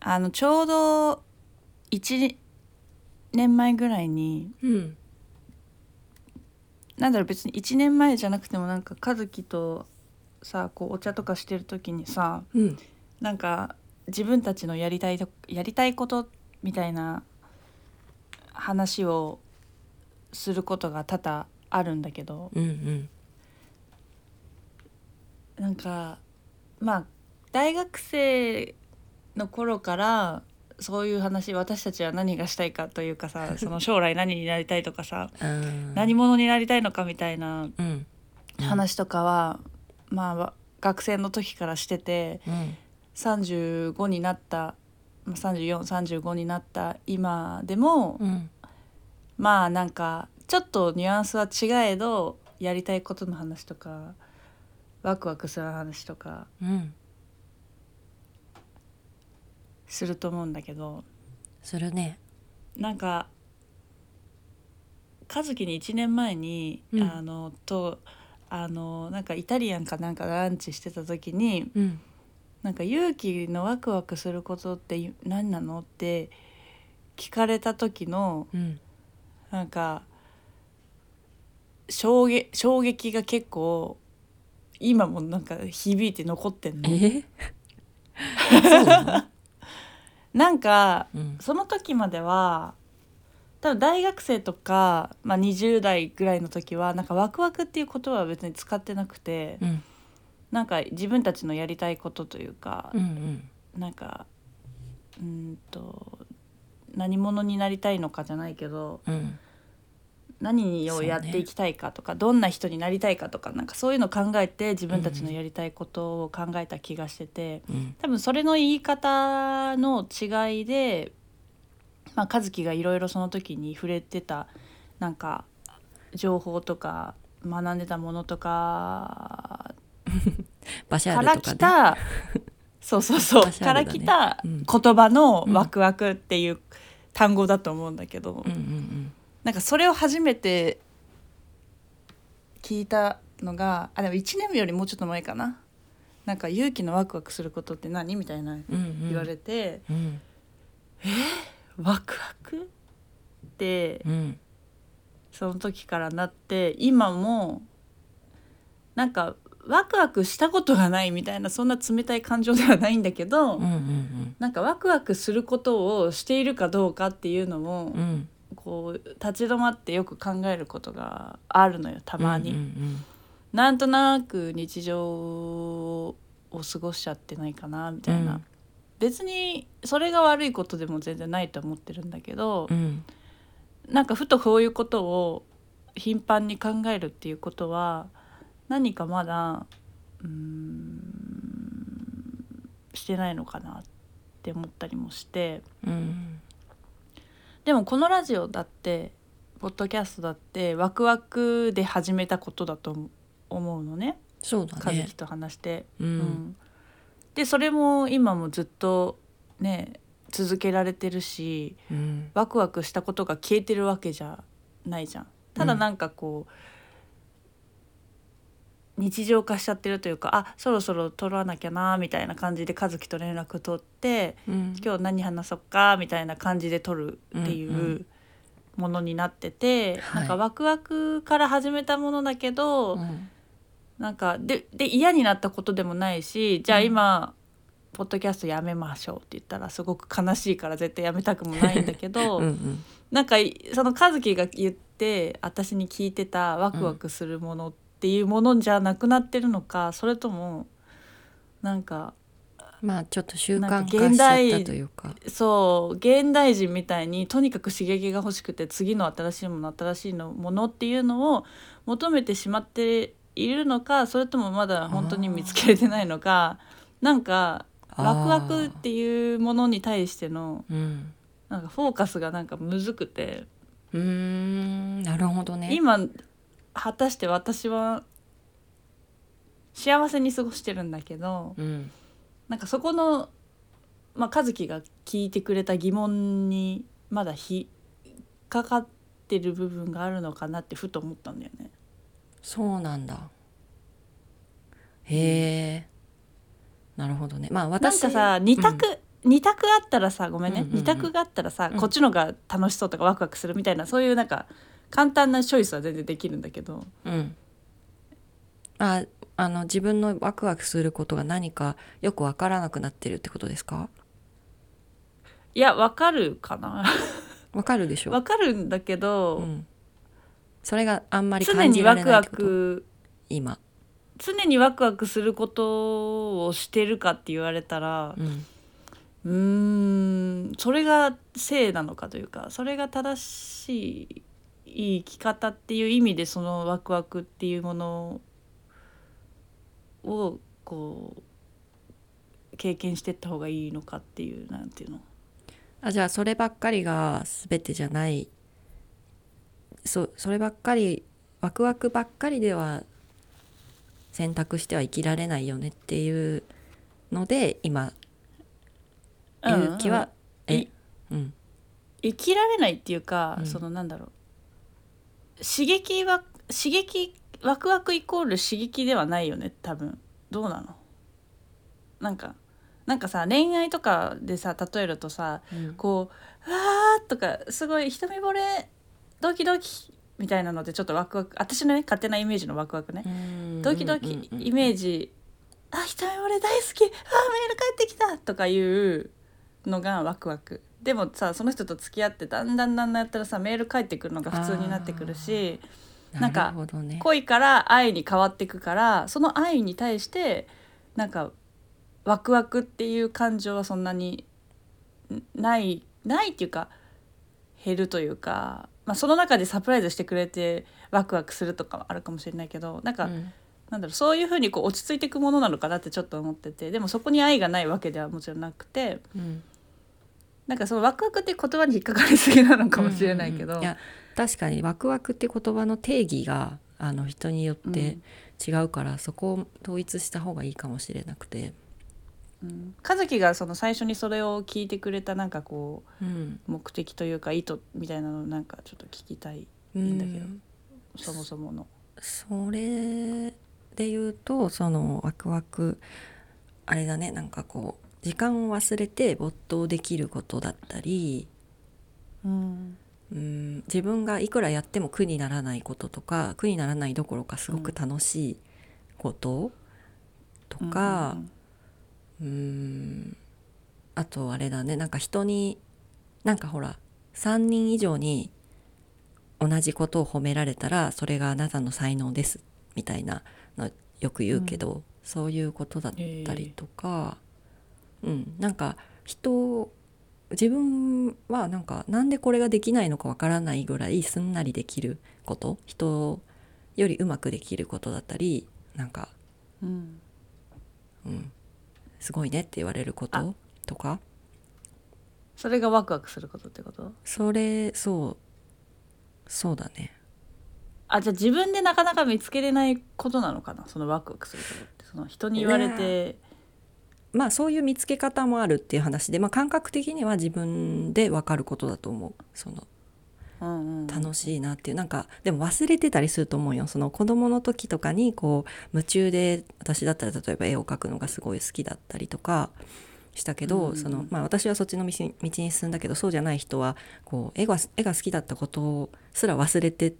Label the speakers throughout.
Speaker 1: あのちょうど1年前ぐらいに
Speaker 2: うん
Speaker 1: なんだろう別に1年前じゃなくてもなんか和樹とさこうお茶とかしてる時にさ
Speaker 2: うん
Speaker 1: なんか自分たちのやりたいとやりたいことみたいな話をすることが多々あるんだけど
Speaker 2: うんうん
Speaker 1: なんかまあ大学生の頃からそういう話私たちは何がしたいかというかさその将来何になりたいとかさ
Speaker 2: あー
Speaker 1: 何者になりたいのかみたいな
Speaker 2: うんうん
Speaker 1: 話とかは、まあわ学生の時からしてて
Speaker 2: うん
Speaker 1: 35になったまあ3435になった今でも、
Speaker 2: うん
Speaker 1: まあなんかちょっとニュアンスは違えどやりたいことの話とかワクワクする話とか
Speaker 2: うん
Speaker 1: すると思うんだけど
Speaker 2: するね
Speaker 1: なんか和樹に1年前に、
Speaker 2: うん
Speaker 1: あのとあのなんかイタリアンかなんかランチしてた時に
Speaker 2: うん
Speaker 1: なんか勇気のワクワクすることってい何なのって聞かれた時の
Speaker 2: うん
Speaker 1: なんか衝撃衝撃が結構今もなんか響いて残ってんの。
Speaker 2: えそうなの
Speaker 1: なんか
Speaker 2: うん
Speaker 1: その時までは多分大学生とか、まあ、20代ぐらいの時はなんかワクワクっていう言葉は別に使ってなくて、
Speaker 2: うん
Speaker 1: なんか自分たちのやりたいことというか
Speaker 2: う、ん
Speaker 1: なんかうーんと何者になりたいのかじゃないけど
Speaker 2: うんうん
Speaker 1: 何をやっていきたいかとか、どんな人になりたいかとかなんかそういうのを考えて自分たちのやりたいことを考えた気がしてて。
Speaker 2: うん
Speaker 1: 多分それの言い方の違いで、まあ、和樹がいろいろその時に触れてたなんか情報とか学んでたものとか
Speaker 2: バシャー
Speaker 1: か
Speaker 2: ル
Speaker 1: ら
Speaker 2: とか
Speaker 1: 来
Speaker 2: ね
Speaker 1: た、そうそうそう、
Speaker 2: バシャ
Speaker 1: か
Speaker 2: ー
Speaker 1: ら
Speaker 2: ルだね
Speaker 1: 来た
Speaker 2: うん
Speaker 1: 言葉のワクワクっていう単語だと思うんだけど、
Speaker 2: うんうん
Speaker 1: なんかそれを初めて聞いたのがあでも1年目よりもうちょっと前かな。なんか勇気のワクワクすることって何みたいな
Speaker 2: うんうんうん
Speaker 1: 言われて、
Speaker 2: うん
Speaker 1: ワクワクって
Speaker 2: うん
Speaker 1: その時からなって今もなんかワクワクしたことがないみたいなそんな冷たい感情ではないんだけど、
Speaker 2: うんうん
Speaker 1: なんかワクワクすることをしているかどうかっていうのも、
Speaker 2: うんうん
Speaker 1: こう立ち止まってよく考えることがあるのよたまに、
Speaker 2: うんうん
Speaker 1: なんとなく日常を過ごしちゃってないかなみたいな、
Speaker 2: うん
Speaker 1: 別にそれが悪いことでも全然ないと思ってるんだけど、
Speaker 2: うんうん
Speaker 1: なんかふとこういうことを頻繁に考えるっていうことは何かまだうーんしてないのかなって思ったりもして
Speaker 2: うん
Speaker 1: でもこのラジオだってポッドキャストだってワクワクで始めたことだと思思うのね
Speaker 2: そうだ
Speaker 1: 和
Speaker 2: ね
Speaker 1: 樹と話して。
Speaker 2: う
Speaker 1: うんでそれも今もずっとね続けられてるし
Speaker 2: うん
Speaker 1: ワクワクしたことが消えてるわけじゃないじゃんただなんかこう、日常化しちゃってるというかあそろそろ撮らなきゃなみたいな感じで和樹と連絡取って
Speaker 2: うん
Speaker 1: 今日何話そっかみたいな感じで撮るってい
Speaker 2: んう
Speaker 1: ううものになってて、
Speaker 2: はい
Speaker 1: なんかワクワクから始めたものだけど、
Speaker 2: うん
Speaker 1: なんかでで嫌になったことでもないしじゃあ今、ポッドキャストやめましょうって言ったらすごく悲しいから絶対やめたくもないんだけど、
Speaker 2: うんうん
Speaker 1: なんかいその和樹が言って私に聞いてたワクワクするものっていうものじゃなくなってるのか、それともなんか
Speaker 2: まあちょっと習慣
Speaker 1: なんか
Speaker 2: 化しちゃっ
Speaker 1: 現代
Speaker 2: たというか
Speaker 1: そう現代人みたいにとにかく刺激が欲しくて次の新しいもの新しいのものっていうのを求めてしまっているのかそれともまだ本当に見つけれてないのかなんかワクワクっていうものに対しての
Speaker 2: あーうん
Speaker 1: なんかフォーカスがなんかむずくて。
Speaker 2: うーんなるほどね
Speaker 1: 今果たして私は幸せに過ごしてるんだけど
Speaker 2: うん
Speaker 1: なんかそこの、まあ、和樹が聞いてくれた疑問にまだ引っかかってる部分があるのかなってふと思ったんだよね。
Speaker 2: そうなんだへえなるほどねまあ
Speaker 1: なん
Speaker 2: 私
Speaker 1: かさ二択、 2択あったらさごめんね、
Speaker 2: うんうんうん
Speaker 1: 2択があったらさ、
Speaker 2: うん
Speaker 1: こっちのが楽しそうとかワクワクするみたいなそういうなんか簡単なチョイスは全然できるんだけど
Speaker 2: うんああの自分のワクワクすることが何かよくわからなくなってるってことですか
Speaker 1: いやわかるかな
Speaker 2: わかるでしょ
Speaker 1: わかるんだけど、
Speaker 2: うん、それがあんまり
Speaker 1: 常
Speaker 2: 感
Speaker 1: に
Speaker 2: じら
Speaker 1: ワ
Speaker 2: れ
Speaker 1: ク
Speaker 2: ないっ
Speaker 1: ワ
Speaker 2: てこと
Speaker 1: ク
Speaker 2: 今、
Speaker 1: 常にワクワクすることをしてるかって言われたら
Speaker 2: うん、
Speaker 1: うーんそれが正なのかというかそれが正しい生き方っていう意味でそのワクワクっていうものをこう経験してった方がいいのかっていうなんていうの
Speaker 2: あじゃあそればっかりが全てじゃないそそればっかりワクワクばっかりでは選択しては生きられないよねっていうので今勇気は、
Speaker 1: うんうん
Speaker 2: えうん
Speaker 1: 生きられないっていうか、
Speaker 2: うん
Speaker 1: そのなんだろう刺激は刺激ワクワクイコール刺激ではないよね多分どうなのなんかなんかさ恋愛とかでさ例えるとさこう「わー」とかすごい一目惚れドキドキみたいなのでちょっとワクワク私のね勝手なイメージのワクワクね、
Speaker 2: うん
Speaker 1: ドキドキ
Speaker 2: うんうんうん
Speaker 1: イメージ「あ一目惚れ大好きあメール返ってきた!」とかいうのがワクワクでもさその人と付き合ってだんだんだんだんやったらさメール返ってくるのが普通になってくるしなんか
Speaker 2: なるほどね
Speaker 1: 恋から愛に変わってくからその愛に対してなんかワクワクっていう感情はそんなにんないないっていうか減るというか、まあ、その中でサプライズしてくれてワクワクするとかはあるかもしれないけどなんか、
Speaker 2: うん
Speaker 1: なんだろうそういうふうにこう落ち着いていくものなのかなってちょっと思っててでもそこに愛がないわけではもちろんなくて
Speaker 2: うん
Speaker 1: なんかそのワクワクって言葉に引っかかりすぎなのかもしれないけど、
Speaker 2: うんうんうんいや確かにワクワクって言葉の定義があの人によって違うから、そこを統一した方がいいかもしれなくて、
Speaker 1: うん和樹がその最初にそれを聞いてくれたなんかこ
Speaker 2: うん、
Speaker 1: う目的というか意図みたいなのをなんかちょっと聞きたい
Speaker 2: い
Speaker 1: いんだけどそもそもの。
Speaker 2: それで言うとそのワクワクあれだねなんかこう時間を忘れて没頭できることだったり
Speaker 1: うん
Speaker 2: うん自分がいくらやっても苦にならないこととか苦にならないどころかすごく楽しいこととか、うーんあとあれだねなんか人になんかほら3人以上に同じことを褒められたらそれがあなたの才能ですみたいなのよく言うけど、そういうことだったりとか、うんなんか人を自分はなんかなんでこれができないのかわからないぐらいすんなりできること人よりうまくできることだったりなんか
Speaker 1: うんうん
Speaker 2: うん、すごいねって言われるこ
Speaker 1: あ
Speaker 2: ととか
Speaker 1: それがワクワクすることってこと
Speaker 2: それそうそうだね
Speaker 1: あじゃあ自分でなかなか見つけれないことなのかなそのワクワクすることってその人に言われて、
Speaker 2: まあそういう見つけ方もあるっていう話で、まあ、感覚的には自分で分かることだと思うその
Speaker 1: うんうん、
Speaker 2: 楽しいなっていうなんかでも忘れてたりすると思うよその子供の時とかにこう夢中で私だったら例えば絵を描くのがすごい好きだったりとかしたけ
Speaker 1: うんうん
Speaker 2: ど、
Speaker 1: うん
Speaker 2: そのまあ、私はそっちの道に道に進んだけどそうじゃない人はこう絵が絵が好きだったことすら忘れて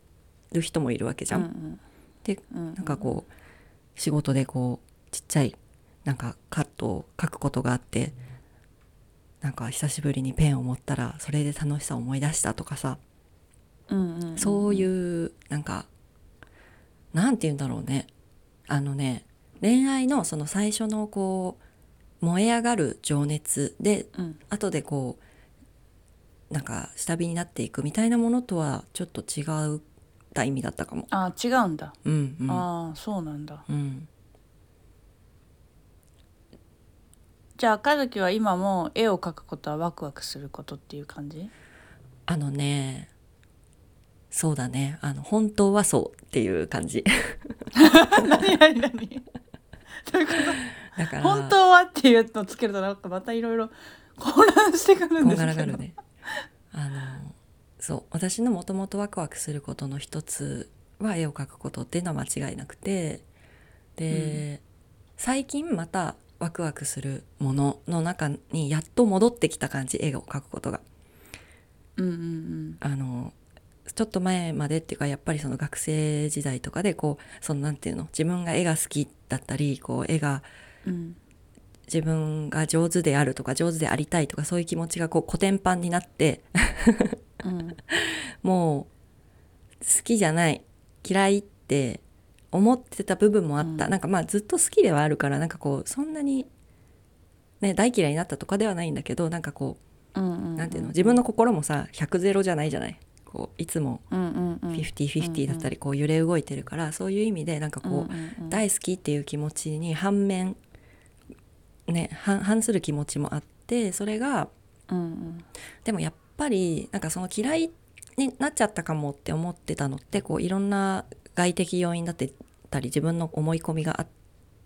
Speaker 2: る人もいるわけじゃん。
Speaker 1: うん
Speaker 2: で
Speaker 1: うんうん
Speaker 2: なんかこう仕事でこうちっちゃいなんかカットを書くことがあってなんか久しぶりにペンを持ったらそれで楽しさを思い出したとかさ
Speaker 1: うんうんうん、
Speaker 2: そういううなんかなんて言うんだろうねあのね恋愛のその最初のこう燃え上がる情熱で
Speaker 1: ん
Speaker 2: 後でこうなんか下火になっていくみたいなものとはちょっと違った意味だったかも。
Speaker 1: あ違うんだ、
Speaker 2: うんうん
Speaker 1: ああそうなんだ
Speaker 2: うん
Speaker 1: じゃあ和樹は今も絵を描くことはワクワクすることっていう感じ
Speaker 2: あのねそうだねあの本当はそうっていう感 じ
Speaker 1: 何何 何
Speaker 2: だから
Speaker 1: 本当はっていうのつけるとなんかまたいろいろ混乱してくるん
Speaker 2: こ
Speaker 1: ですけ
Speaker 2: んが
Speaker 1: ど
Speaker 2: らがるねあのそう私のもともとワクワクすることの一つは絵を描くことっていうのは間違いなくてで、最近またワクワクするものの中にやっと戻ってきた感じ絵を描くことが。
Speaker 1: うんうん
Speaker 2: あのちょっと前までっていうかやっぱりその学生時代とかでこうそのなんていうの自分が絵が好きだったりこう絵が
Speaker 1: うんうん
Speaker 2: 自分が上手であるとか上手でありたいとかそういう気持ちがこう古典版になって
Speaker 1: うん
Speaker 2: もう好きじゃない嫌いって思ってた部分もあった、
Speaker 1: うん
Speaker 2: なんかまあずっと好きではあるからなんかこうそんなに、ね、大嫌いになったとかではないんだけどなんかこ
Speaker 1: うんう
Speaker 2: うんなんていうの自分の心もさ100ゼロじゃないじゃないこういつも
Speaker 1: うんうんうん
Speaker 2: 50-50だったりこう揺れ動いてるからそういう意味でなんかこ
Speaker 1: うんうんう
Speaker 2: うん大好きっていう気持ちに反面ね反反する気持ちもあってそれが
Speaker 1: うん
Speaker 2: でもやっぱりなんかその嫌いになっちゃったかもって思ってたのってこういろんな外的要因だってたり自分の思い込みがあっ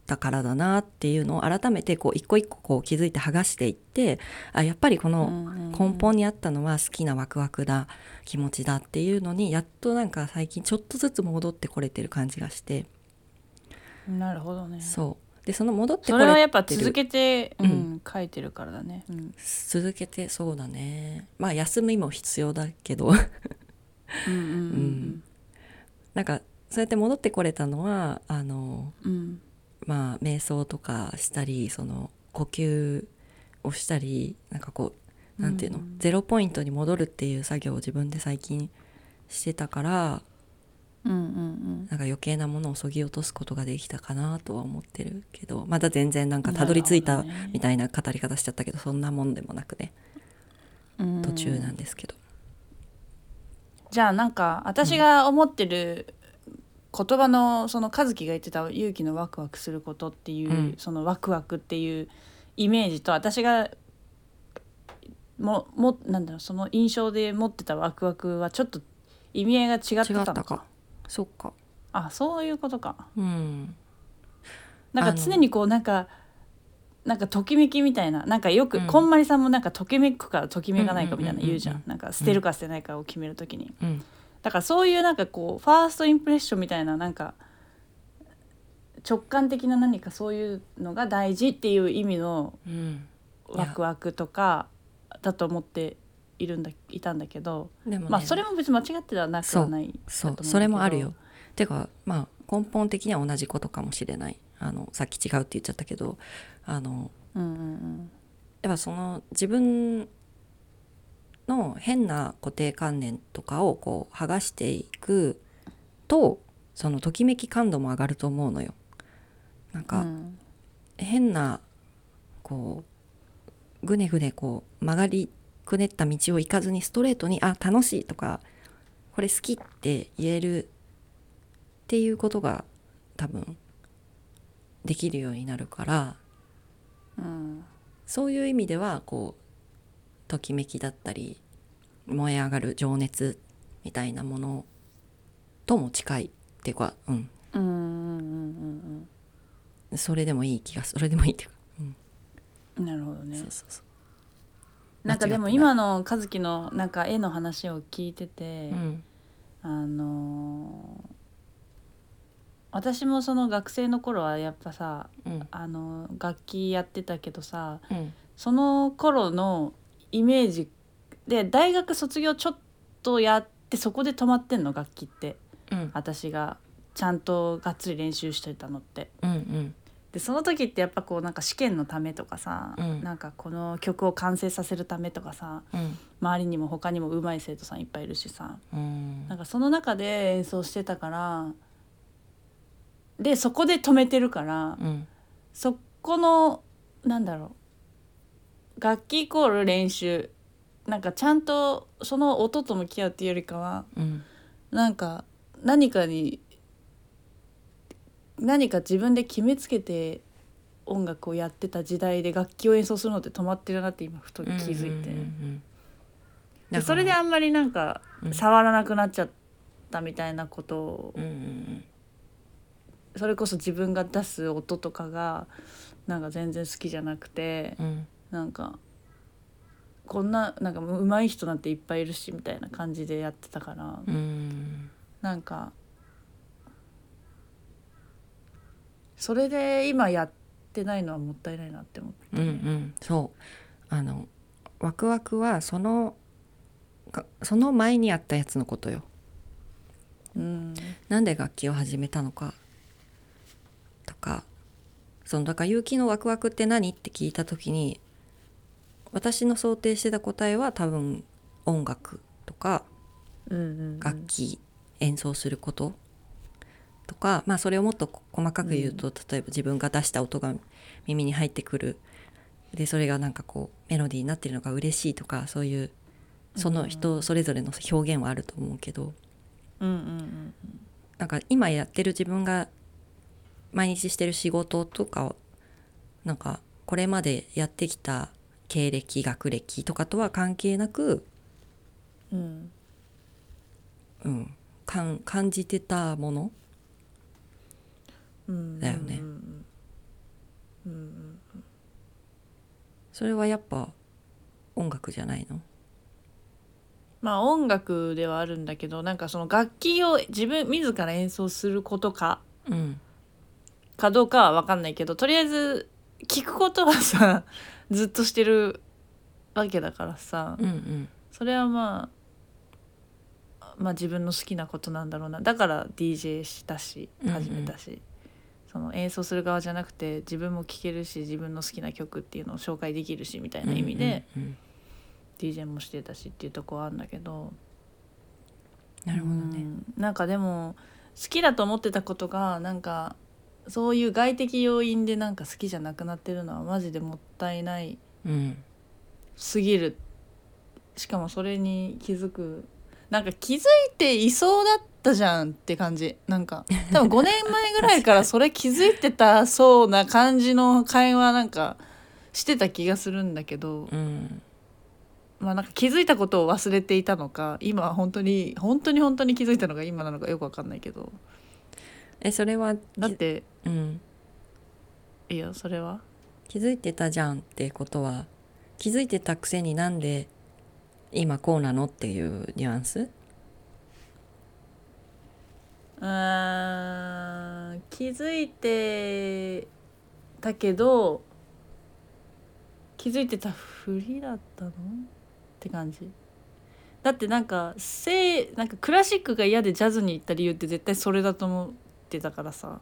Speaker 2: たからだなっていうのを改めてこう一個一個こう気づいて剥がしていってあやっぱり
Speaker 1: う
Speaker 2: こ
Speaker 1: ん
Speaker 2: の
Speaker 1: うん
Speaker 2: 根本にあったのは好きなワクワクだ気持ちだっていうのにやっとなんか最近ちょっとずつ戻ってこれてる感じがして
Speaker 1: なるほどね
Speaker 2: そうでその戻って
Speaker 1: そ
Speaker 2: これ
Speaker 1: れはやってぱ
Speaker 2: る
Speaker 1: 続けて、
Speaker 2: う
Speaker 1: うんん書いてるからだね、うん
Speaker 2: 続けてそうだねまあ休みも必要だけど
Speaker 1: うんうん
Speaker 2: なんかそうやって戻ってこれたのはあの
Speaker 1: うんうん
Speaker 2: まあ瞑想とかしたりその呼吸をしたりなんかこうなんていうの、
Speaker 1: うん
Speaker 2: ゼロポイントに戻るっていう作業を自分で最近してたから
Speaker 1: うんうん
Speaker 2: なんか余計なものをそぎ落とすことができたかなとは思ってるけどまだ全然なんかたどり着い
Speaker 1: な
Speaker 2: た
Speaker 1: るほどね
Speaker 2: みたいな語り方しちゃったけどそんなもんでもなくね
Speaker 1: うん
Speaker 2: 途中なんですけど、
Speaker 1: じゃあなんか私が思ってる言葉のその和樹が言ってた勇気のワクワクすることっていう、
Speaker 2: うん
Speaker 1: そのワクワクっていうイメージと私がももなんだろうその印象で持ってたワクワクはちょっと意味合いが違ってた
Speaker 2: 違
Speaker 1: の
Speaker 2: っ
Speaker 1: か
Speaker 2: たかそっか
Speaker 1: あそういうことか
Speaker 2: うん
Speaker 1: なん
Speaker 2: あ
Speaker 1: か
Speaker 2: の
Speaker 1: 常にこうなんかなんかときめきみたいななんかよく、
Speaker 2: うん
Speaker 1: こんまりさんもなんかときめくかときめかないかみたいな言うじゃん,、
Speaker 2: うんうんうんう
Speaker 1: な
Speaker 2: ん
Speaker 1: んか捨てるか捨てないかを決めるときに、
Speaker 2: うん
Speaker 1: だからそういうなんかこうファーストインプレッションみたいななんか直感的な何かそういうのが大事っていう意味の
Speaker 2: うん
Speaker 1: ワクワクとかだと思っているんだいたんだけど、
Speaker 2: でも、ね、
Speaker 1: まあそれも別に間違ってはなくはない
Speaker 2: そ
Speaker 1: だ
Speaker 2: う
Speaker 1: と思んだけど
Speaker 2: それもあるよてかまあ根本的には同じことかもしれないあのさっき違うって言っちゃったけどあの
Speaker 1: うんうん
Speaker 2: やっぱその自分の変な固定観念とかをこう剥がしていくとそのときめき感度も上がると思うのよ。な
Speaker 1: うん
Speaker 2: ん
Speaker 1: う
Speaker 2: か
Speaker 1: ん
Speaker 2: 変なこうぐねぐねこう曲がりくねった道を行かずにストレートに「あ楽しい」とか「これ好き」って言えるっていうことが多分できるようになるから
Speaker 1: うん
Speaker 2: そういう意味ではこうときめきだったり燃え上がる情熱みたいなものとも近いっていうか、うん、
Speaker 1: うんうんうんうん
Speaker 2: それでもいい気がそれでもいいっていうか、うん
Speaker 1: うんなるほどね
Speaker 2: そうそうそう
Speaker 1: なんかでも
Speaker 2: 間違ってない
Speaker 1: 今の和樹のなんか絵の話を聞いてて、
Speaker 2: うん
Speaker 1: あのー私もその学生の頃はやっぱさ、
Speaker 2: うん
Speaker 1: あのー楽器やってたけどさ
Speaker 2: うん
Speaker 1: その頃のイメージで大学卒業ちょっとやってそこで止まってんの楽器って
Speaker 2: うん
Speaker 1: 私がちゃんとがっつり練習してたのって。
Speaker 2: うんうん
Speaker 1: でその時ってやっぱこうなんか試験のためとかさ、
Speaker 2: うん
Speaker 1: なんかこの曲を完成させるためとかさ、
Speaker 2: うん
Speaker 1: 周りにも他にも上手い生徒さんいっぱいいるしさ
Speaker 2: うん
Speaker 1: なんかその中で演奏してたからでそこで止めてるから
Speaker 2: うん
Speaker 1: そこのなんだろう楽器イコール練習なんかちゃんとその音と向き合うっていうよりかは
Speaker 2: うん
Speaker 1: なんか何かに何か自分で決めつけて音楽をやってた時代で楽器を演奏するのって止まってるなって今ふと気づいて。
Speaker 2: うんうんう
Speaker 1: で
Speaker 2: ん
Speaker 1: それであんまりなんか
Speaker 2: うん
Speaker 1: 触らなくなっちゃったみたいなことを、
Speaker 2: うんうん
Speaker 1: それこそ自分が出す音とかがなんか全然好きじゃなくて
Speaker 2: うんうん
Speaker 1: なんかこんななんか上手い人なんていっぱいいるしみたいな感じでやってたから
Speaker 2: うん
Speaker 1: なんかそれで今やっってないのはもったいないなって思って、
Speaker 2: うんうん、そうあのワクワクはそのかその前にあったやつのことよ
Speaker 1: うん
Speaker 2: なんで楽器を始めたのかとかそのだから「有機のワクワクって何?」って聞いた時に私の想定してた答えは多分音楽とか
Speaker 1: うんうん
Speaker 2: 楽器演奏することとか、まあそれをもっと細かく言うと、例えば自分が出した音が耳に入ってくるでそれがなんかこうメロディーになってるのが嬉しいとかそういうその人それぞれの表現はあると思うけど、
Speaker 1: うんうん
Speaker 2: なんか今やってる自分が毎日してる仕事とかなんかこれまでやってきた経歴学歴とかとは関係なく、
Speaker 1: うんうん
Speaker 2: うん、かん感じてたもの
Speaker 1: うん
Speaker 2: だよね
Speaker 1: うんうんうん
Speaker 2: それはやっぱ音楽じゃないの
Speaker 1: まあ音楽ではあるんだけどなんかその楽器を自分自ら演奏することか
Speaker 2: うん
Speaker 1: かどうかは分かんないけどとりあえず聞くことはさ ずっとしてるわけだからさ
Speaker 2: うんうん
Speaker 1: それはまあまあ自分の好きなことなんだろうなだから DJ したし
Speaker 2: うんうん
Speaker 1: 始めたし、その演奏する側じゃなくて自分も聴けるし自分の好きな曲っていうのを紹介できるしみたいな意味で、
Speaker 2: うんうん
Speaker 1: DJ もしてたしっていうとこはあるんだけど。
Speaker 2: なるほどね
Speaker 1: うんなんかでも好きだと思ってたことがなんかそういう外的要因でなんか好きじゃなくなってるのはマジでもったいない
Speaker 2: うん
Speaker 1: すぎるしかもそれに気づくなんか気づいていそうだったじゃんって感じなんか多分5年前ぐらいからそれ気づいてたそうな感じの会話なんかしてた気がするんだけど。
Speaker 2: うん
Speaker 1: まあなんか気づいたことを忘れていたのか今は本当に本当に本当に気づいたのが今なのかよくわかんないけど
Speaker 2: えそれは
Speaker 1: だって
Speaker 2: うん、
Speaker 1: いやそれは
Speaker 2: 気づいてたじゃんってことは気づいてたくせになんで今こうなのっていうニュアンス
Speaker 1: うーん気づいてたけど気づいてたふりだったのって感じだってなんかせいなんかクラシックが嫌でジャズに行った理由って絶対それだと思ってたからさ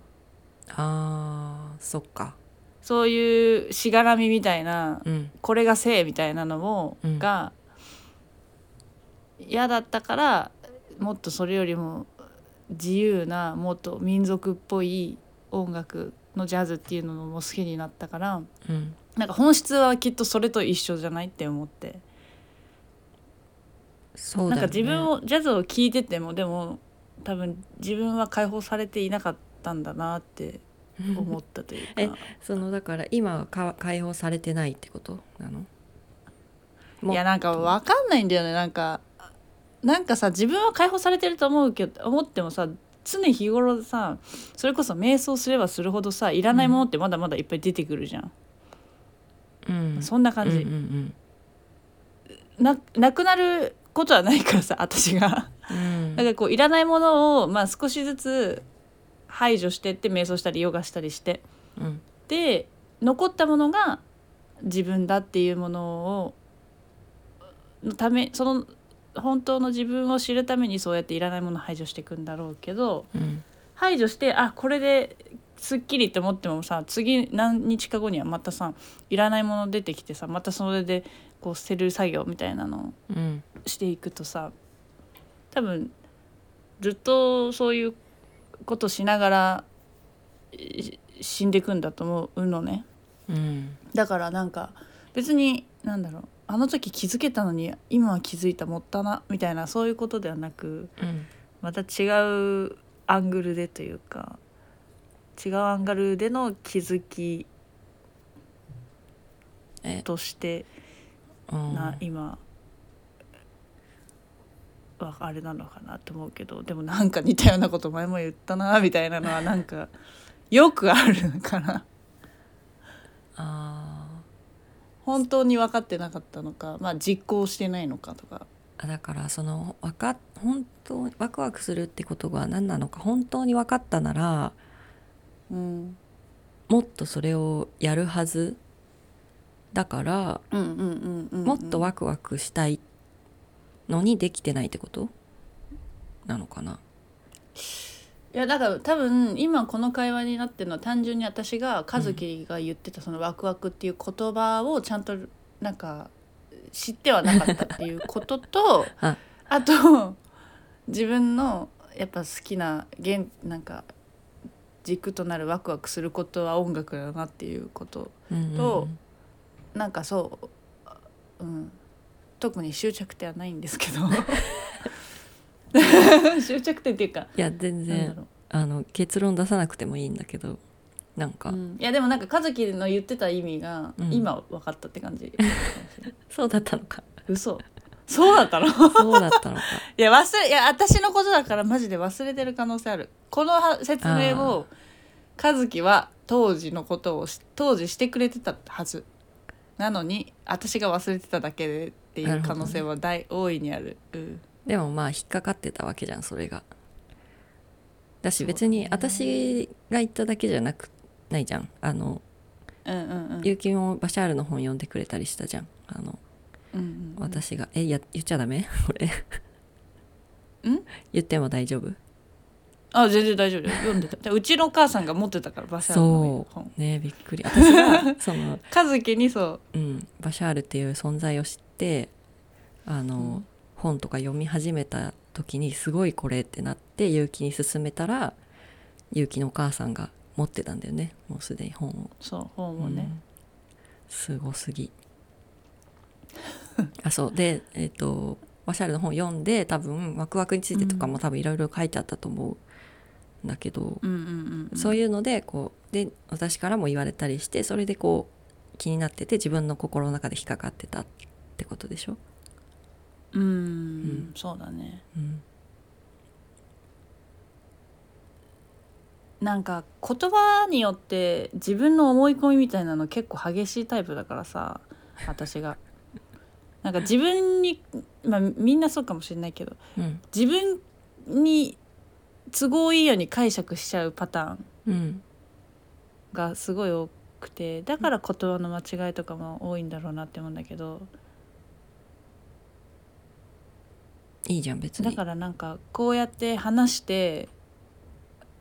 Speaker 2: あーそっか
Speaker 1: そういうしがらみみたいな
Speaker 2: うん
Speaker 1: これが性みたいなのも、
Speaker 2: うん
Speaker 1: が嫌だったからもっとそれよりも自由なもっと民族っぽい音楽のジャズっていうのも好きになったから
Speaker 2: うん
Speaker 1: なんか本質はきっとそれと一緒じゃないって思って、
Speaker 2: そう
Speaker 1: なん
Speaker 2: だよ、ね、
Speaker 1: か自分をジャズを聴いててもでも多分自分は解放されていなかったんだなって思ったという
Speaker 2: え
Speaker 1: か。
Speaker 2: そのだから今はか解放されてないってことなのも
Speaker 1: いやなんかわかんないんだよねなんかなんかさ自分は解放されてると思うけど思ってもさ常日頃さそれこそ瞑想すればするほどさいらないものってまだまだいっぱい出てくるじゃん、
Speaker 2: うん
Speaker 1: そんな感じ、
Speaker 2: うんうん
Speaker 1: ななくなることはないからさ私が
Speaker 2: うん、
Speaker 1: だからこういらないものをまあ少しずつ排除してって瞑想したりヨガしたりして
Speaker 2: うん
Speaker 1: で残ったものが自分だっていうものをのためその本当の自分を知るためにそうやっていらないものを排除していくんだろうけど
Speaker 2: うん
Speaker 1: 排除してあこれですっきりって思ってもさ次何日か後にはまたさいらないもの出てきてさまたそれでこう捨てる作業みたいなの
Speaker 2: うん
Speaker 1: をしていくとさ多分ずっとそういうことしながらい死んでいくんだと思うのね。
Speaker 2: うん
Speaker 1: だからなんか別になんだろうあの時気づけたのに今は気づいたもったなみたいなそういうことではなく
Speaker 2: うん
Speaker 1: また違うアングルでというか違うアングルでの気づき
Speaker 2: え
Speaker 1: として
Speaker 2: うん
Speaker 1: な今はあれなのかなと思うけどでもなんか似たようなこと前も言ったなみたいなのはなんかよくあるから
Speaker 2: あ
Speaker 1: 本当に分かってなかったのかまあ実行してないのかとか。
Speaker 2: ーだからそのわか本当ワクワクするってことが何なのか本当に分かったなら
Speaker 1: うん
Speaker 2: もっとそれをやるはずだから
Speaker 1: うんうんうんうんうん
Speaker 2: もっとワクワクしたいのにできてないってことなのかない
Speaker 1: やだから多分今この会話になってるのは単純に私が和樹が言ってたそのワクワクっていう言葉をちゃんとなんか知ってはなかったっていうことと
Speaker 2: あ
Speaker 1: あと自分のやっぱ好きな現なんか軸となるワクワクすることは音楽だなっていうこと
Speaker 2: うん
Speaker 1: となんかそう、うん、特に執着点はないんですけど 執着点っていうか
Speaker 2: いや全
Speaker 1: なんだ
Speaker 2: 然
Speaker 1: ろう
Speaker 2: あの結論出さなくてもいいんだけどなんか、
Speaker 1: うん、いやでもなんか和樹の言ってた意味が
Speaker 2: うん
Speaker 1: 今分かったって感じ、
Speaker 2: そうだったのか
Speaker 1: 嘘そうだったの い
Speaker 2: そうだったのか
Speaker 1: や忘れいや私のことだからマジで忘れてる可能性あるこのは説明を和樹は当時のことをし当時してくれてたはずなのに私が忘れてただけでってい
Speaker 2: な
Speaker 1: う
Speaker 2: るほ
Speaker 1: 可
Speaker 2: どね
Speaker 1: 能性は大,、大いにある、うん、
Speaker 2: でもまあ引っかかってたわけじゃんそれがだ
Speaker 1: そ
Speaker 2: し
Speaker 1: うだね
Speaker 2: 別に私が言っただけじゃなくないじゃんあの
Speaker 1: うんうんうん
Speaker 2: 結城もバシャールの本読んでくれたりしたじゃんあの
Speaker 1: うんうんうん
Speaker 2: 私が「えや言っちゃダメ これ
Speaker 1: ん
Speaker 2: 言っても大丈夫
Speaker 1: あ全然大丈夫だよ読んでたでうちのお母さんが持ってたからバシャールの
Speaker 2: そう
Speaker 1: 本
Speaker 2: ねびっ くり私がその、
Speaker 1: 和樹にそう
Speaker 2: うん、バシャールっていう存在を知ってあの、
Speaker 1: うん
Speaker 2: 本とか読み始めた時にすごいこれってなって結城に勧めたら結城のお母さんが持ってたんだよねもうすでに本を。
Speaker 1: そう本をね、
Speaker 2: んすごすぎあそうでえっ、とワシャールの本読んで多分ワクワクについてとかも多分いろいろ書いてあったと思うんだけど、
Speaker 1: うんうんうん、
Speaker 2: そう
Speaker 1: い
Speaker 2: いうのでこうで私からも言われたりしてそれでこう気になってて自分の心の中で引っかかってたってことでしょ、
Speaker 1: うん、
Speaker 2: ん
Speaker 1: そうだね
Speaker 2: うん、
Speaker 1: なんか言葉によって自分の思い込みみたいなの結構激しいタイプだからさ私がなんか自分にまあみんなそうかもしれないけど
Speaker 2: うん
Speaker 1: 自分に都合いいように解釈しちゃうパターン
Speaker 2: うん
Speaker 1: がすごい多くてだから言葉の間違いとかも多いんだろうなって思うんだけど
Speaker 2: いいじゃん別に
Speaker 1: だからなんかこうやって話して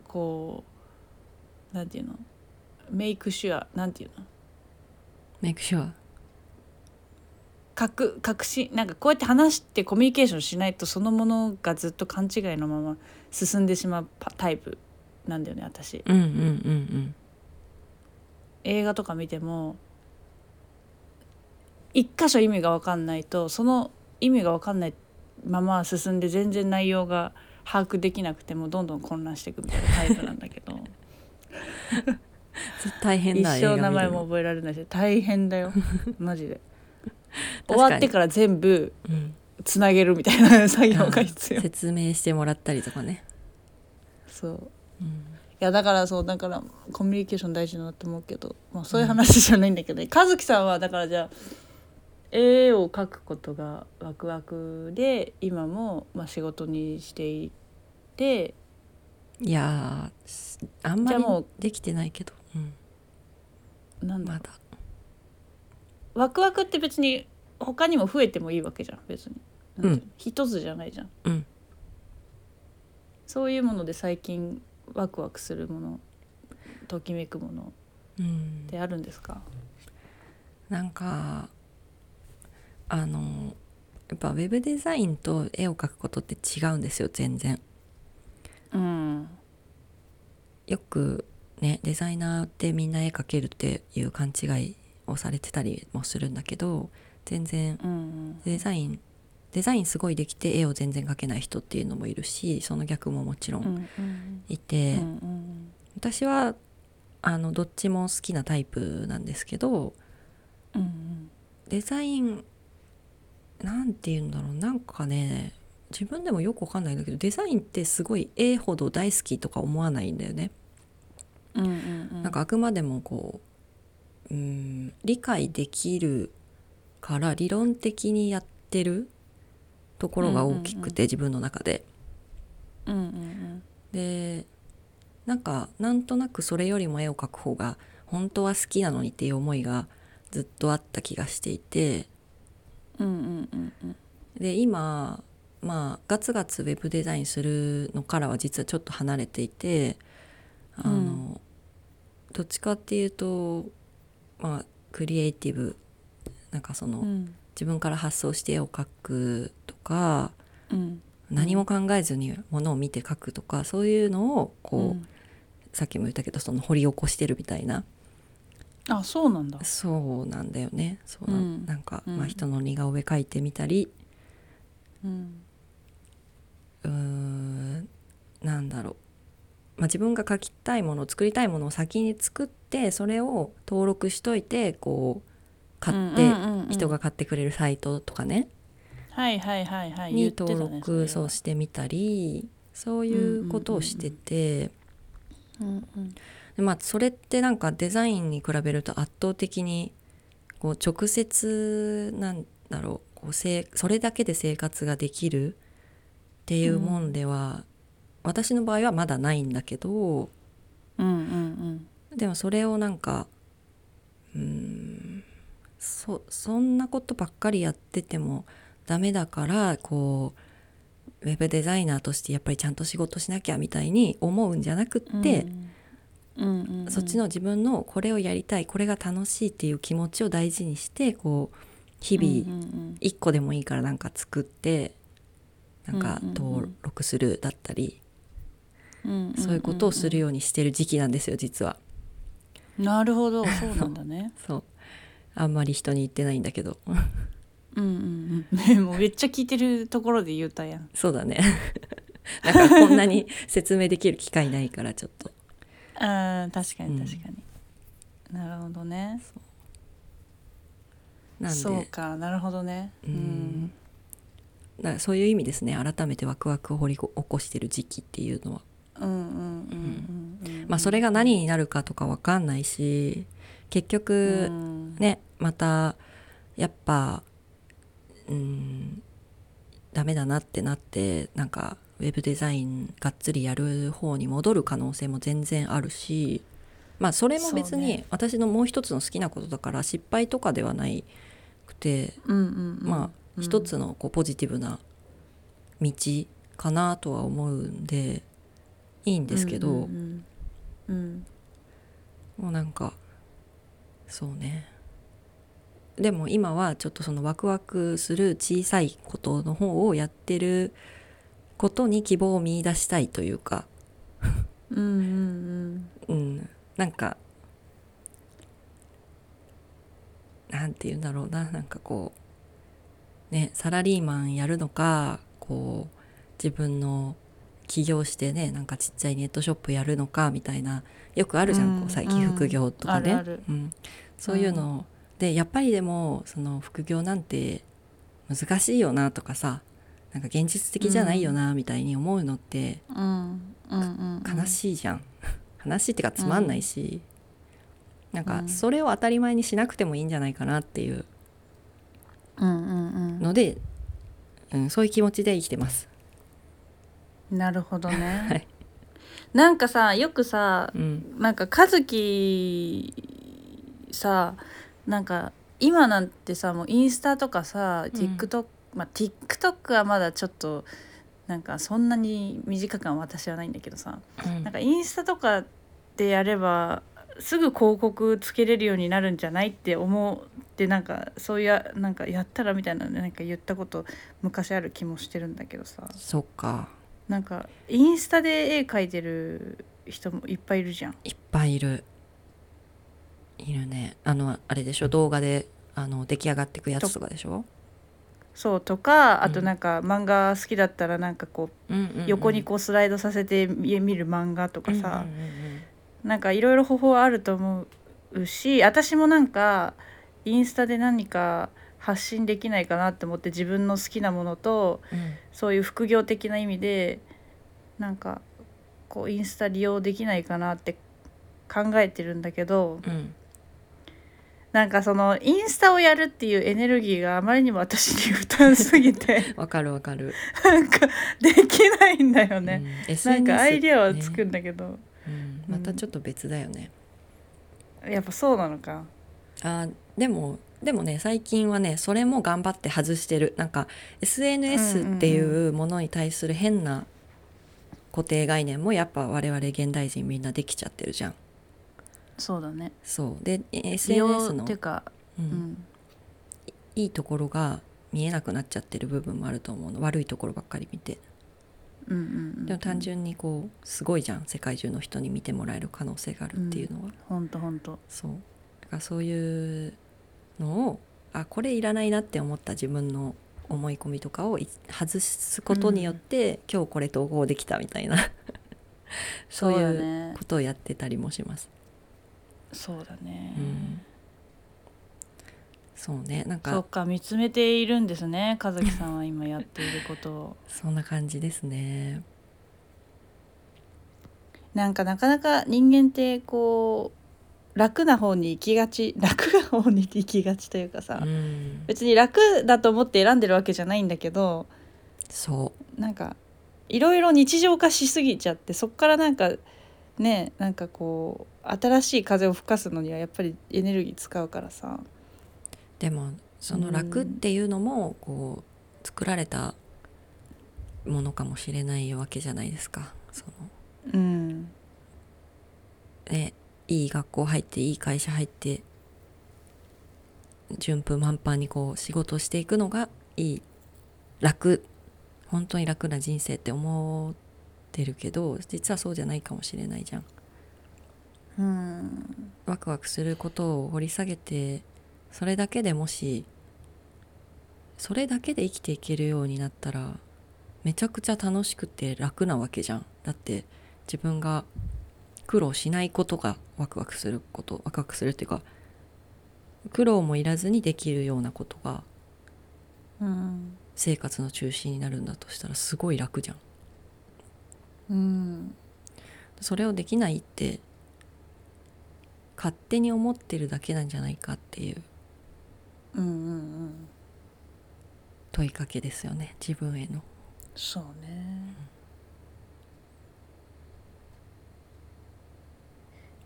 Speaker 1: こうなんていうのメイクシュアなんていうの
Speaker 2: メイクシュア
Speaker 1: 確確信なんかこうやって話してコミュニケーションしないとそのものがずっと勘違いのまま進んでしまうパタイプなんだよね私
Speaker 2: うんうんうん
Speaker 1: 映画とか見ても一箇所意味が分かんないとその意味が分かんないまま進んで全然内容が把握できなくてもどんどん混乱していくみたいなタイプなんだけど。
Speaker 2: うん大 変
Speaker 1: 一
Speaker 2: な映画
Speaker 1: 生
Speaker 2: 見る
Speaker 1: 名
Speaker 2: の
Speaker 1: 前も覚えられないし大変だよ マジで
Speaker 2: 確か
Speaker 1: 終
Speaker 2: に
Speaker 1: わってから全部
Speaker 2: うん
Speaker 1: つなげるみたいな作業が 必要
Speaker 2: 説明してもらったりとかね、
Speaker 1: そう
Speaker 2: うん
Speaker 1: いやだからそうだからコミュニケーション大事だなと思うけど、まあ、そういう話じゃないんだけどね、和樹さんはだからじゃあ絵を描くことがワクワクで今もまあ仕事にしていて
Speaker 2: いやーすあんま
Speaker 1: じゃあ
Speaker 2: り
Speaker 1: もう
Speaker 2: できてないけど、うん
Speaker 1: なんだ
Speaker 2: まだ
Speaker 1: ワクワクって別に他にも増えてもいいわけじゃん別に、
Speaker 2: う
Speaker 1: なん
Speaker 2: ん
Speaker 1: ていうの一つじゃないじゃん
Speaker 2: うん
Speaker 1: そういうもので最近ワクワクするものときめくもの
Speaker 2: うん
Speaker 1: ってあるんですか
Speaker 2: なんかあのやっぱウェブデザインと絵を描くことって違うんですよ全然
Speaker 1: うん
Speaker 2: よくねデザイナーってみんな絵描けるっていう勘違いをされてたりもするんだけど全然
Speaker 1: うん
Speaker 2: デザインデザインすごいできて絵を全然描けない人っていうのもいるしその逆ももちろ
Speaker 1: うんんうん
Speaker 2: いて、
Speaker 1: うん
Speaker 2: 私はあのどっちも好きなタイプなんですけど
Speaker 1: うん
Speaker 2: デザインなんて言うんだろうなんかね自分でもよくわかんないんだけどデザインってすごい絵ほど大好きとか思わないんだよね。
Speaker 1: うんうん
Speaker 2: なんかあくまでもこううん理解できるから理論的にやってるところが大きくて、自分の中で。
Speaker 1: うんうん
Speaker 2: でなんかなんとなくそれよりも絵を描く方が本当は好きなのにっていう思いがずっとあった気がしていて
Speaker 1: うんうんうんうん
Speaker 2: で今まあガツガツウェブデザインするのからは実はちょっと離れていてあの、
Speaker 1: う
Speaker 2: どっちかっていうとまあクリエイティブなんかその、
Speaker 1: うん
Speaker 2: 自分から発想して絵を描くとか
Speaker 1: うん
Speaker 2: 何も考えずにものを見て描くとかそういうのをこう、
Speaker 1: うん
Speaker 2: さっきも言ったけどその掘り起こしてるみたいな
Speaker 1: あそうなんだ
Speaker 2: そうなんだよねそうなん,、
Speaker 1: うん
Speaker 2: なんか、
Speaker 1: うん
Speaker 2: まあ、人の似顔絵描いてみたり
Speaker 1: うん
Speaker 2: うーんなんだろう、まあ、自分が描きたいもの作りたいものを先に作ってそれを登録しといてこう買って、
Speaker 1: うんうんうんうん
Speaker 2: 人が買ってくれるサイトとかね、
Speaker 1: はいはいはいはい言っ
Speaker 2: に
Speaker 1: てたね
Speaker 2: 登録、
Speaker 1: それ
Speaker 2: そう
Speaker 1: は
Speaker 2: してみたりそういうことをしてて、
Speaker 1: うんうん
Speaker 2: でまあそれってなんかデザインに比べると圧倒的にこう直接なんだろうこうせいそれだけで生活ができるっていうもんでは、私の場合はまだないんだけど
Speaker 1: うんうん
Speaker 2: でもそれをなんかうーんそそんなことばっかりやっててもダメだからこうウェブデザイナーとしてやっぱりちゃんと仕事しなきゃみたいに思うんじゃなく
Speaker 1: う
Speaker 2: っ
Speaker 1: ん
Speaker 2: て、
Speaker 1: うんうんうん
Speaker 2: そっちの自分のこれをやりたいこれが楽しいっていう気持ちを大事にしてこう日
Speaker 1: う
Speaker 2: 々
Speaker 1: んうん
Speaker 2: 一個でもいいからなんか作ってなんか
Speaker 1: うんうんうん
Speaker 2: 登録するだったり
Speaker 1: うんんんん
Speaker 2: そういうことをするようにしてる時期なんですよ実は
Speaker 1: なるほどそうなんだね
Speaker 2: そうあんまり人に言ってないんだけど
Speaker 1: うんうんうんねもうめっちゃ聞いてるところで言うたやん
Speaker 2: そうだね だからこんなに説明できる機会ないからちょっと
Speaker 1: あー確かに
Speaker 2: うん
Speaker 1: 確かに、なるほどね
Speaker 2: なんで
Speaker 1: そうかなるほどね
Speaker 2: うんだからそういう意味ですね改めてワクワクを掘り起こしてる時期っていうのは
Speaker 1: うんうんうんうんうん
Speaker 2: まあそれが何になるかとかわかんないし結
Speaker 1: う
Speaker 2: 局
Speaker 1: ん
Speaker 2: ねまたやっぱうんダメだなってなってなんかウェブデザインがっつりやる方に戻る可能性も全然あるしまあそれも別
Speaker 1: そう
Speaker 2: に
Speaker 1: ね
Speaker 2: 私のもう一つの好きなことだから失敗とかではないくて
Speaker 1: うんうんうん
Speaker 2: ま
Speaker 1: う
Speaker 2: あ
Speaker 1: ん
Speaker 2: 一つのこうポジティブな道かなとは思うんでいいんですけど。
Speaker 1: うんうんうん
Speaker 2: もうなんかそうねでも今はちょっとそのワクワクする小さいことの方をやってることに希望を見出したいというか、
Speaker 1: うんうんうん
Speaker 2: うん、なんかなんて言うんだろうななんかこうねサラリーマンやるのかこう自分の起業してねなんかちっちゃいネットショップやるのかみたいなよくあるじゃん、
Speaker 1: うん
Speaker 2: こう最近副業とかね、
Speaker 1: うんあるある
Speaker 2: うん、そういうのでやっぱりでもその副業なんて難しいよなとかさなんか現実的じゃないよなみたいに思うのって
Speaker 1: うんうんうん
Speaker 2: 悲しいじゃん、 悲しいってかつまんないし、なん
Speaker 1: う
Speaker 2: か
Speaker 1: ん
Speaker 2: それを当たり前にしなくてもいいんじゃないかなっていう
Speaker 1: うんうん
Speaker 2: ので、うん、そういう気持ちで生きてます。
Speaker 1: うんなるほどね、
Speaker 2: はい
Speaker 1: なんかさよくさ
Speaker 2: うん
Speaker 1: なんか和樹さなんか今なんてさもうインスタとかさ
Speaker 2: うん
Speaker 1: TikTok、まあ TikTok はまだちょっとなんかそんなに短くは私はないんだけどさ
Speaker 2: うん
Speaker 1: なんかインスタとかでやればすぐ広告つけれるようになるんじゃないって思ってなんかそういうなんかやったらみたいななんか言ったこと昔ある気もしてるんだけどさ
Speaker 2: そっか
Speaker 1: なんかインスタで絵描いてる人もいっぱいいるじゃん。
Speaker 2: いっぱいいるいるねあのあれでしょ動画であの出来上がってくやつとかでしょ、
Speaker 1: そうとか
Speaker 2: うん
Speaker 1: あとなんか漫画好きだったらなんかこう
Speaker 2: うんうんうん
Speaker 1: 横にこうスライドさせて見見る漫画とかさ
Speaker 2: うんうんうん
Speaker 1: なんかいろいろ方法あると思うし私もなんかインスタで何か発信できないかなって思って自分の好きなものと
Speaker 2: うん
Speaker 1: そういう副業的な意味でなんかこうインスタ利用できないかなって考えてるんだけど
Speaker 2: うん
Speaker 1: なんかそのインスタをやるっていうエネルギーがあまりにも私に負担すぎ て。
Speaker 2: わかるわかる、
Speaker 1: なんかできないんだよ
Speaker 2: うん
Speaker 1: ね。なん
Speaker 2: SNS
Speaker 1: かアイディアはつ
Speaker 2: ね
Speaker 1: くんだけど、
Speaker 2: うんまたちょっと別だよね、
Speaker 1: やっぱそうなのか
Speaker 2: あーでもでもね最近はねそれも頑張って外してるなんか SNS っていうものに対する変な固定概念もやっぱ我々現代人みんなできちゃってるじゃん
Speaker 1: そうだね
Speaker 2: そうでえ
Speaker 1: 利用
Speaker 2: SNS
Speaker 1: っ
Speaker 2: の
Speaker 1: ていうか、
Speaker 2: う、
Speaker 1: うんん、
Speaker 2: いいところが見えなくなっちゃってる部分もあると思うの悪いところばっかり見て
Speaker 1: うんうんうん
Speaker 2: でも単純にこうすごいじゃん世界中の人に見てもらえる可能性があるっていうのは、
Speaker 1: ほんとほんと
Speaker 2: そうだからそういうのをあこれいらないなって思った自分の思い込みとかをい外すことによって、今日これ統合できたみたいなそう
Speaker 1: だ
Speaker 2: いう
Speaker 1: ね
Speaker 2: ことをやってたりもします。
Speaker 1: そうだね、
Speaker 2: うん、そうねなん
Speaker 1: そ
Speaker 2: か
Speaker 1: っか見つめているんですね和樹さんは今やっていることを
Speaker 2: そんな感じですね。
Speaker 1: なんかなかなか人間ってこう楽な方に行きがち 楽な方に行きがちというかさ、
Speaker 2: うん、
Speaker 1: 別に楽だと思って選んでるわけじゃないんだけど
Speaker 2: そう
Speaker 1: なんかいろいろ日常化しすぎちゃってそっからなんかねなんかこう新しい風を吹かすのにはやっぱりエネルギー使うからさ
Speaker 2: でもその楽っていうのもこう作られたものかもしれないわけじゃないですか。その
Speaker 1: うん
Speaker 2: ね、いい学校入っていい会社入って順風満帆にこう仕事していくのがいい楽本当に楽な人生って思ってるけど実はそうじゃないかもしれないじゃん。
Speaker 1: うん
Speaker 2: ワクワクすることを掘り下げてそれだけでもしそれだけで生きていけるようになったらめちゃくちゃ楽しくて楽なわけじゃんだって自分が苦労しないことがワクワクすることワクワクするっていうか苦労もいらずにできるようなことが
Speaker 1: うん
Speaker 2: 生活の中心になるんだとしたらすごい楽じゃん
Speaker 1: うん
Speaker 2: それをできないって勝手に思ってるだけなんじゃないかっていう
Speaker 1: うんうん
Speaker 2: 問いかけですよね自分への。
Speaker 1: そうね。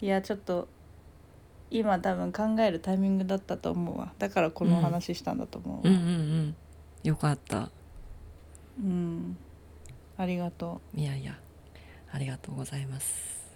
Speaker 1: いやちょっと今多分考えるタイミングだったと思うわだからこの話したんだと思う
Speaker 2: うんう
Speaker 1: わ
Speaker 2: んうんよかった
Speaker 1: うん、ありがとう
Speaker 2: いやいやありがとうございます